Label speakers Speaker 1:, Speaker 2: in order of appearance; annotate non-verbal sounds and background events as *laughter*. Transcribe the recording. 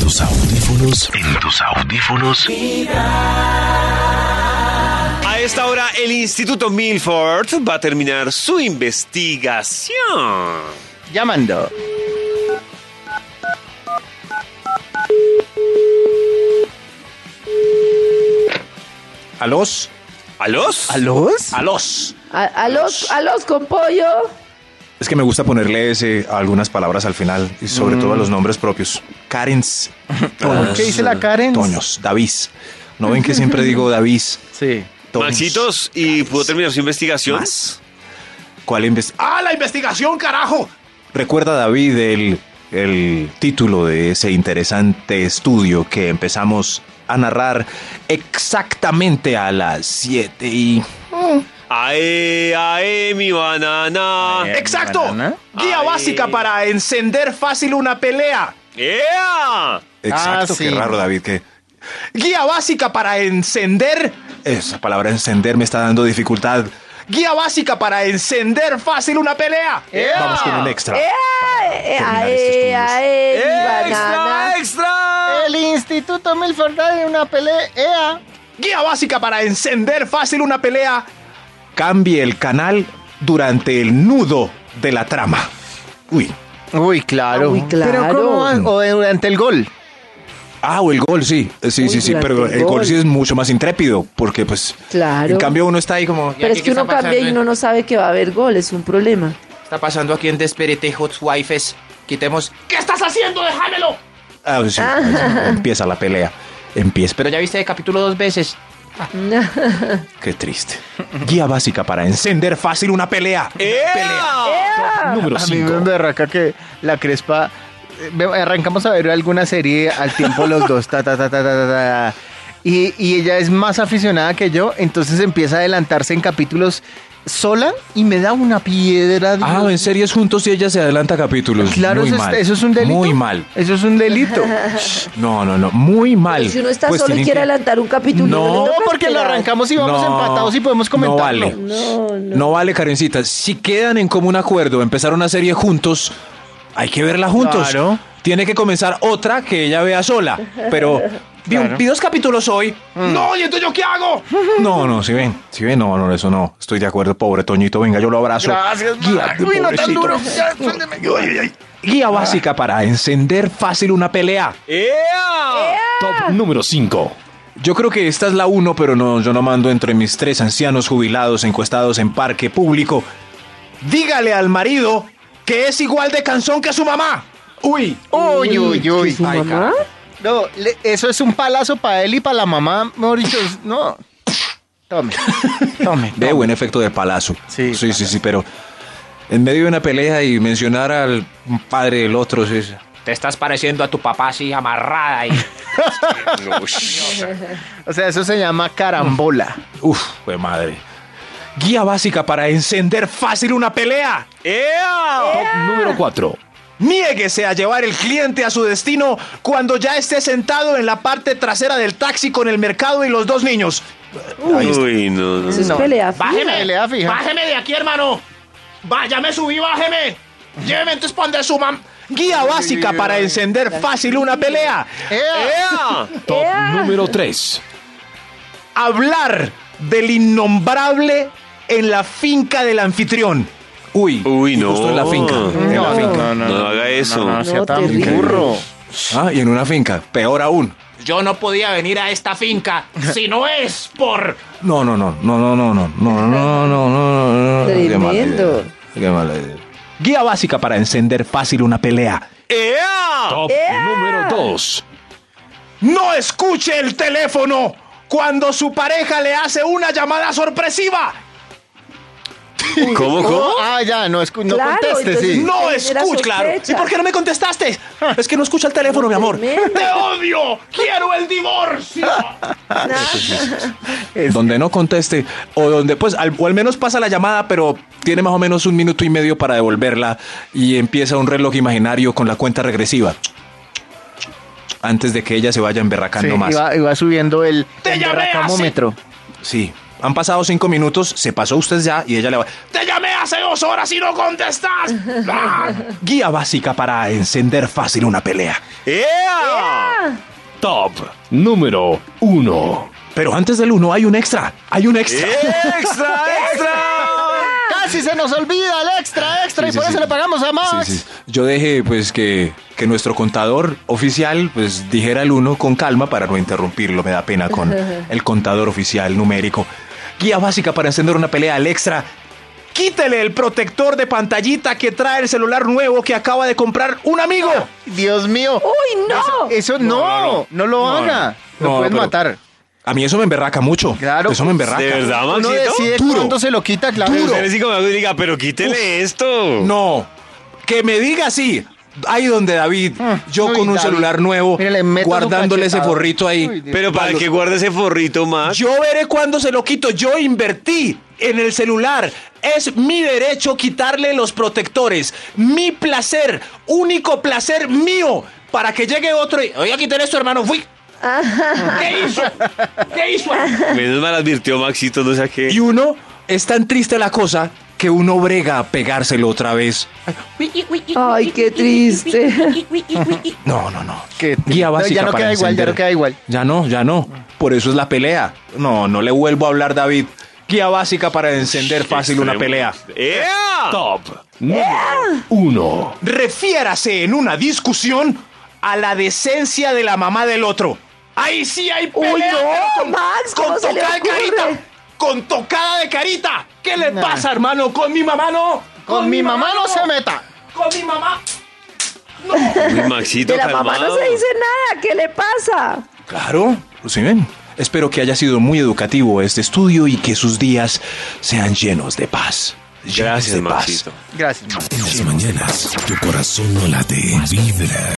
Speaker 1: tus audífonos, en tus audífonos.
Speaker 2: A esta hora, el Instituto Milford va a terminar su investigación.
Speaker 3: Llamando.
Speaker 4: Alos,
Speaker 2: ¿A los?
Speaker 3: ¿Alós?
Speaker 4: alos.
Speaker 5: A, a los, a los con pollo.
Speaker 4: Es que me gusta ponerle ese a algunas palabras al final y sobre todo a los nombres propios. Karens,
Speaker 3: ¿Por qué dice la Karen?
Speaker 4: Toños, Davís. ¿No ven que siempre digo Davís?
Speaker 3: Sí.
Speaker 4: Toños?
Speaker 2: Maxitos, ¿y pudo terminar su investigación?
Speaker 4: Más. ¿Cuál inves- ¡Ah, la investigación, carajo! Recuerda, David, el, el título de ese interesante estudio que empezamos a narrar exactamente a las 7 y...
Speaker 2: Ae, ae, mi banana.
Speaker 3: Ae.
Speaker 4: ¡Exacto!
Speaker 3: Banana.
Speaker 4: Guía
Speaker 2: Ay.
Speaker 4: básica para encender fácil una pelea.
Speaker 2: ¡Ea!
Speaker 4: Exacto,
Speaker 3: Ah, sí.
Speaker 4: qué raro, David, que... Guía básica para encender... Esa palabra encender me está dando dificultad. Guía básica para encender fácil una pelea. Vamos con un extra.
Speaker 5: ¡Eh! eh,
Speaker 4: terminar
Speaker 5: ae,
Speaker 4: estos estudios.
Speaker 5: ae, mi banana.
Speaker 2: ¡Extra, extra!
Speaker 3: El Instituto Milford de una pelea.
Speaker 4: Guía básica para encender fácil una pelea. Cambie el canal durante el nudo de la trama. Uy.
Speaker 3: Uy, claro.
Speaker 5: Ah, Uy, claro.
Speaker 3: Pero ¿cómo va? O eh, durante el gol.
Speaker 4: Ah, o el gol, sí. Eh, Sí,
Speaker 5: Uy,
Speaker 4: sí, sí.
Speaker 5: durante
Speaker 4: Pero
Speaker 5: el
Speaker 4: el gol
Speaker 5: gol.
Speaker 4: sí es mucho más intrépido. Porque, pues.
Speaker 5: Claro.
Speaker 4: En cambio, uno está ahí como.
Speaker 5: Pero es que uno cambia y uno no sabe que va a haber gol, es un problema.
Speaker 6: está pasando aquí en Desperete Hot Wifes? Quitemos. ¿Qué estás haciendo? ¡Déjamelo!
Speaker 4: Ah,
Speaker 5: *laughs*
Speaker 4: sí,
Speaker 5: Ah.
Speaker 4: ahí empieza la pelea. Empieza. Pero
Speaker 6: Pero ya viste el capítulo dos veces.
Speaker 4: qué triste. Guía básica para encender fácil una pelea.
Speaker 2: ¡Ea!
Speaker 4: Número
Speaker 3: A mí me
Speaker 4: 5.
Speaker 3: emberraca que la Crespa. eh, ve- Arrancamos a ver alguna serie al tiempo los dos. ta, ta, ta, ta, ta, ta, ta. Y, y ella es más aficionada que yo, entonces empieza a adelantarse en capítulos sola y me da una piedra. Dios
Speaker 4: Ah, en series juntos y ella se adelanta capítulos.
Speaker 3: Claro,
Speaker 4: Muy
Speaker 3: eso es,
Speaker 4: mal.
Speaker 3: eso es un delito.
Speaker 4: Muy mal.
Speaker 3: Eso es un
Speaker 5: *laughs*
Speaker 3: delito.
Speaker 4: No, no, no. Muy mal.
Speaker 5: Pero si uno está
Speaker 4: Pues
Speaker 5: solo y
Speaker 4: tienen
Speaker 5: quiere
Speaker 4: que-
Speaker 5: adelantar un capítulo.
Speaker 4: No,
Speaker 5: uno le
Speaker 3: no, pues,
Speaker 5: toca
Speaker 3: porque lo
Speaker 5: esperar.
Speaker 3: arrancamos y vamos
Speaker 4: No,
Speaker 3: empatados y podemos comentarlo.
Speaker 4: No vale.
Speaker 5: No, no.
Speaker 4: No, vale, Karencita. Si quedan en común acuerdo, empezar una serie juntos, hay que verla juntos.
Speaker 3: Claro.
Speaker 4: Tiene que comenzar otra que ella vea sola. Pero vi, un-
Speaker 3: Claro. Mm.
Speaker 4: vi dos capítulos hoy. No, ¿y entonces yo qué hago? No, no, si ven, si ven, no, no, eso no. Estoy de acuerdo, pobre Toñito. Venga, yo lo abrazo.
Speaker 3: Gracias,
Speaker 4: Guía,
Speaker 3: Uy, no tan
Speaker 4: pobrecito.
Speaker 3: duro. Ya, suélteme.
Speaker 4: Guía básica para encender fácil una pelea.
Speaker 2: ¡Ea!
Speaker 1: Top número 5.
Speaker 4: Yo creo que esta es la uno, pero no, yo no mando entre mis tres ancianos jubilados encuestados en parque público. Dígale al marido que es igual de cansón que su mamá. Uy.
Speaker 3: Uy, uy,
Speaker 5: ¿Y
Speaker 3: uy.
Speaker 5: su mamá?
Speaker 3: No, le- eso es un palazo para él y para la mamá, mejor dicho, es- no. Tome, tome.
Speaker 4: Ve buen efecto de palazo.
Speaker 3: Sí,
Speaker 4: sí, sí, sí, pero en medio de una pelea y mencionar al padre del otro, sí, sí.
Speaker 6: Te estás pareciendo a tu papá así amarrada ahí.
Speaker 3: O sea, eso se llama carambola.
Speaker 4: Uf, fue madre. Guía básica para encender fácil una pelea.
Speaker 2: ¡Ea!
Speaker 1: Top número 4.
Speaker 4: Niéguese a llevar el cliente a su destino cuando ya esté sentado en la parte trasera del taxi con el mercado y los dos niños. Ahí está.
Speaker 2: Uy, no, no.
Speaker 5: Eso es
Speaker 3: No.
Speaker 5: pelea fija.
Speaker 3: Pelea fija.
Speaker 6: ¡Bájeme de aquí, hermano! ¡Va, ya me subí, bájeme! ¡Lléveme entonces para donde su mam-
Speaker 4: Guía básica para encender fácil una pelea.
Speaker 3: ¡Ea!
Speaker 2: ¡Ea!
Speaker 1: Top
Speaker 5: Ea.
Speaker 1: número 3.
Speaker 4: Hablar del innombrable en la finca del anfitrión. Uy,
Speaker 2: Uy,
Speaker 4: y
Speaker 2: no.
Speaker 4: justo en la finca. En la
Speaker 3: No,
Speaker 4: finca.
Speaker 3: no, no,
Speaker 2: No haga eso.
Speaker 3: No, no, sea
Speaker 5: No,
Speaker 3: tan
Speaker 5: terrible.
Speaker 3: burro.
Speaker 4: Ah, y en una finca. Peor aún.
Speaker 6: Yo no podía venir a esta finca si no es por.
Speaker 4: No, no, no, no, no, no, no, no, no, no, no, no, no. Qué mala idea.
Speaker 5: Tremendo.
Speaker 4: Qué mala idea. Guía básica para encender fácil una pelea.
Speaker 2: ¡Ea!
Speaker 1: Top número 2.
Speaker 4: No escuche el teléfono cuando su pareja le hace una llamada sorpresiva.
Speaker 2: ¿Cómo, cómo?
Speaker 3: Ah, ya, no, escu- no
Speaker 5: Claro,
Speaker 3: conteste,
Speaker 5: entonces-
Speaker 3: sí.
Speaker 4: No
Speaker 5: Genera
Speaker 4: escuche, claro.
Speaker 5: sospecha.
Speaker 4: ¿Y por qué no me
Speaker 5: *laughs*
Speaker 4: contestaste? Es que no escucha el teléfono, mi amor.
Speaker 5: Tremendo.
Speaker 4: odio! ¡Quiero el divorcio!
Speaker 5: Nah.
Speaker 4: Donde no conteste, o donde, pues, al, o al menos pasa la llamada, pero tiene más o menos un minuto y medio para devolverla y empieza un reloj imaginario con la cuenta regresiva. Antes de que ella se vaya
Speaker 3: Sí,
Speaker 4: emberracando más.
Speaker 3: iba, iba subiendo el
Speaker 4: Te llamé
Speaker 3: barracamómetro.
Speaker 4: Sí. Han pasado cinco minutos, se pasó usted ya y ella le va. ¡Te llamé
Speaker 6: hace dos horas y no contestas. Ah.
Speaker 4: Guía básica para encender fácil una pelea.
Speaker 2: ¡Ea!
Speaker 1: Top número 1.
Speaker 4: Pero antes del uno hay un extra. Hay un extra.
Speaker 2: ¡Extra,
Speaker 4: *laughs*
Speaker 2: extra!
Speaker 3: Casi se nos olvida el extra, extra,
Speaker 4: Ah, Sí,
Speaker 3: y
Speaker 4: sí,
Speaker 3: por
Speaker 4: sí.
Speaker 3: eso le pagamos a Max.
Speaker 4: Sí, sí. Yo dejé pues que, que nuestro contador oficial pues dijera el uno con calma para no interrumpirlo. Me da pena con el contador oficial numérico. Guía básica para encender una pelea al extra. Quítele el protector de pantallita que trae el celular nuevo que acaba de comprar un amigo.
Speaker 3: Dios mío.
Speaker 5: ¡Uy, no!
Speaker 3: Eso no, no, lo
Speaker 4: No,
Speaker 3: haga.
Speaker 4: no.
Speaker 3: lo
Speaker 4: No,
Speaker 3: pueden
Speaker 4: pero-
Speaker 3: matar.
Speaker 4: A mí eso me emberraca mucho.
Speaker 3: Claro,
Speaker 4: Eso me
Speaker 3: pues,
Speaker 4: emberraca.
Speaker 2: ¿De verdad,
Speaker 3: Uno decide
Speaker 2: Maxito?
Speaker 3: cuándo se lo quita, claro.
Speaker 2: Usted así como algo y diga, pero quítele esto.
Speaker 4: No. Que me diga así. Ahí donde David,
Speaker 3: Mm,
Speaker 4: yo
Speaker 3: uy,
Speaker 4: con un
Speaker 3: David.
Speaker 4: celular nuevo,
Speaker 3: Mira, le meto un
Speaker 4: guardándole ese
Speaker 3: cachetado.
Speaker 4: forrito ahí.
Speaker 3: Uy, Dios.
Speaker 2: Pero para que guarde ese forrito
Speaker 3: Ah.
Speaker 2: más.
Speaker 4: Yo veré cuándo se lo quito. Yo invertí en el celular. Es mi derecho quitarle los protectores. Mi placer. Único placer mío. Para que llegue otro y. Oye, quitar esto, hermano. Fui.
Speaker 6: ¿Qué hizo? ¿Qué hizo?
Speaker 2: Menos mal advirtió Maxito, no sé a qué.
Speaker 4: Y uno es tan triste la cosa que uno brega a pegárselo otra vez.
Speaker 5: Ay, qué triste.
Speaker 4: No, no, no.
Speaker 3: Qué
Speaker 4: Guía
Speaker 3: No,
Speaker 4: básica
Speaker 3: ya no
Speaker 4: para
Speaker 3: queda igual, ya
Speaker 4: encender.
Speaker 3: no queda igual.
Speaker 4: Ya no, ya no. Por eso es la pelea. No, no le vuelvo a hablar, David. Guía básica para encender fácil una pelea.
Speaker 2: ¡Ea!
Speaker 1: Top número 1.
Speaker 4: refiérase en una discusión a la decencia de la mamá del otro.
Speaker 6: Ahí sí hay
Speaker 5: Uy,
Speaker 6: pelea.
Speaker 5: no,
Speaker 6: pero
Speaker 5: Max, ¿cómo se le
Speaker 4: tocada de
Speaker 5: ocurre?
Speaker 4: carita. Con tocada de carita. ¿Qué le
Speaker 3: Nah.
Speaker 4: pasa, hermano? Con mi mamá no.
Speaker 3: Con mi mamá no se meta.
Speaker 6: Con mi mamá.
Speaker 2: Uy, Maxito,
Speaker 5: De la mamá no
Speaker 2: calmado.
Speaker 5: se dice nada. ¿Qué le pasa?
Speaker 4: Claro, sí ven. Espero que haya sido muy educativo este estudio y que sus días sean llenos de paz. Llenos
Speaker 2: Gracias,
Speaker 4: de paz.
Speaker 2: Maxito.
Speaker 3: Gracias, Max.
Speaker 7: En las mañanas, tu corazón no late, vibra.